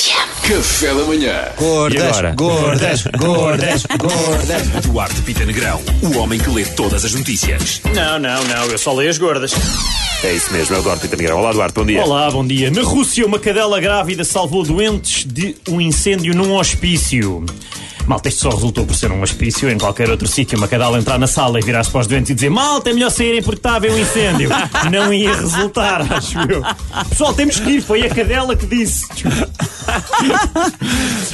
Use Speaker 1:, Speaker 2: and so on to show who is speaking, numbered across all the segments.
Speaker 1: Café da manhã.
Speaker 2: Gordas,
Speaker 3: agora?
Speaker 2: gordas, gordas, gordas.
Speaker 4: Duarte Pita Negrão, o homem que lê todas as notícias.
Speaker 5: Não, não, não, eu só leio as gordas.
Speaker 3: É isso mesmo, é o Duarte Pita Negrão. Olá, Duarte, bom dia.
Speaker 5: Olá, bom dia. Na Rússia, uma cadela grávida salvou doentes de um incêndio num hospício. Malta, isto só resultou por ser um hospício. Em qualquer outro sítio, uma cadela entrar na sala e virar-se para os doentes e dizer Malta, é melhor saírem porque está a haver um incêndio. Não ia resultar, acho eu. Pessoal, temos que ir. Foi a cadela que disse.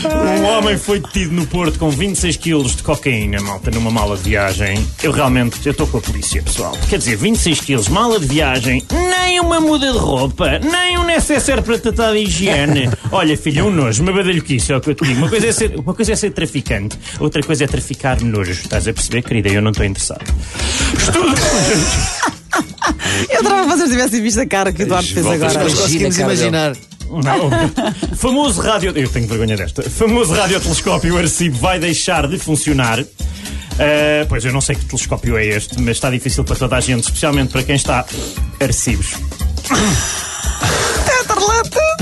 Speaker 5: Um homem foi detido no Porto com 26 quilos de cocaína, malta, numa mala de viagem. Eu realmente, eu estou com a polícia, pessoal. Quer dizer, 26 quilos, mala de viagem, nem uma muda de roupa, nem um necessário para tratar de higiene. Olha, filho, um nojo, uma badalhoquice, é o que eu te digo. Uma coisa é ser, uma coisa é ser traficante, outra coisa é traficar nojo. Estás a perceber, querida? Eu não estou interessado.
Speaker 6: Eu adorava que vocês tivessem visto a cara que o Eduardo fez
Speaker 3: voltas
Speaker 6: agora.
Speaker 2: Nós conseguimos
Speaker 3: cara dele.
Speaker 2: imaginar.
Speaker 5: Não. Famoso radio... Eu tenho vergonha desta. Famoso radiotelescópio Arecibo vai deixar de funcionar. Ah, pois eu não sei que telescópio é este, mas está difícil para toda a gente, especialmente para quem está Arcibos.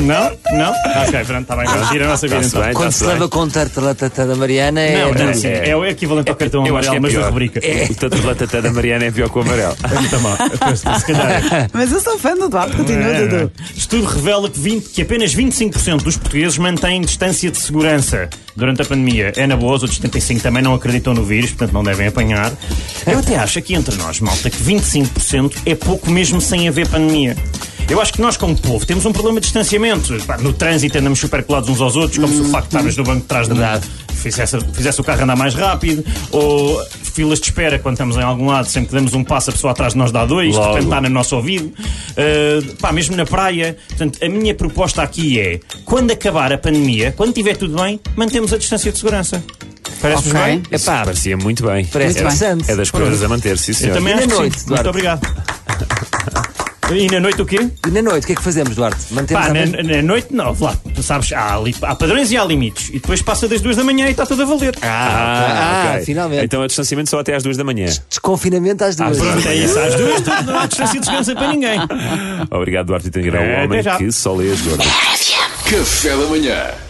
Speaker 5: Não? Não? Ok, pronto, está bem. Vamos seguir a nossa vida
Speaker 3: Está-se
Speaker 5: então.
Speaker 3: bem,
Speaker 2: Quando
Speaker 3: está-se
Speaker 2: se leva
Speaker 3: bem.
Speaker 2: com o tartaratata da Mariana é.
Speaker 5: Não, não,
Speaker 2: duro.
Speaker 5: sim, é o equivalente ao cartão
Speaker 3: Eu acho
Speaker 5: amarelo,
Speaker 3: que
Speaker 5: mas
Speaker 3: é
Speaker 5: da
Speaker 3: pior.
Speaker 5: rubrica.
Speaker 3: É. O tanto de batata da Mariana é pior que o amarelo.
Speaker 5: Muito mal. Se calhar é.
Speaker 6: Mas eu sou fã do Eduardo, continua,
Speaker 5: É,
Speaker 6: Dudu.
Speaker 5: não é? Estudo revela que, 20 que apenas 25% dos portugueses mantêm distância de segurança durante a pandemia. É na boa, os outros 75 também não acreditam no vírus, portanto não devem apanhar. Eu até acho aqui entre nós, malta, que 25% é pouco mesmo sem haver pandemia. Eu acho que nós, como povo, temos um problema de distanciamento. Pá, No trânsito andamos super colados uns aos outros, como se o facto de estarmos no banco de trás de
Speaker 2: Verdade.
Speaker 5: fizesse, fizesse o carro andar mais rápido, ou filas de espera quando estamos em algum lado, sempre que damos um passo, a pessoa atrás de nós dá dois,
Speaker 3: Logo.
Speaker 5: de repente está no nosso ouvido. Uh, pá, mesmo na praia. Portanto, a minha proposta aqui é: quando acabar a pandemia, quando tiver tudo bem, mantemos a distância de segurança. Parece-vos
Speaker 6: Ok.
Speaker 5: bem?
Speaker 2: Epá,
Speaker 3: Parecia muito bem.
Speaker 2: parece
Speaker 6: Muito bem.
Speaker 2: interessante.
Speaker 3: É das coisas a manter, sim,
Speaker 5: Eu
Speaker 3: senhor.
Speaker 5: também
Speaker 2: E
Speaker 5: acho
Speaker 2: na
Speaker 5: que sim.
Speaker 2: noite,
Speaker 5: Muito
Speaker 2: Duarte?
Speaker 5: obrigado. E na noite o quê?
Speaker 2: E na noite, o que é que fazemos, Duarte? Mantemos
Speaker 5: Pá,
Speaker 2: a
Speaker 5: na,
Speaker 2: mesma-
Speaker 5: na noite não, lá, tu sabes, há, ali- há padrões e há limites. E depois passa das duas da manhã e está tudo a valer.
Speaker 2: É.
Speaker 3: Ah,
Speaker 2: Ah,
Speaker 3: ok.
Speaker 2: finalmente.
Speaker 3: Então é distanciamento só até às duas da manhã.
Speaker 2: Desconfinamento às duas.
Speaker 5: Pronto, é isso. Às duas tudo, não há distância de segurança para ninguém.
Speaker 3: Obrigado, Duarte Pita Negrão,
Speaker 5: É,
Speaker 3: o
Speaker 5: até
Speaker 3: homem
Speaker 5: já.
Speaker 3: que só lê as gordas.
Speaker 1: Café da manhã.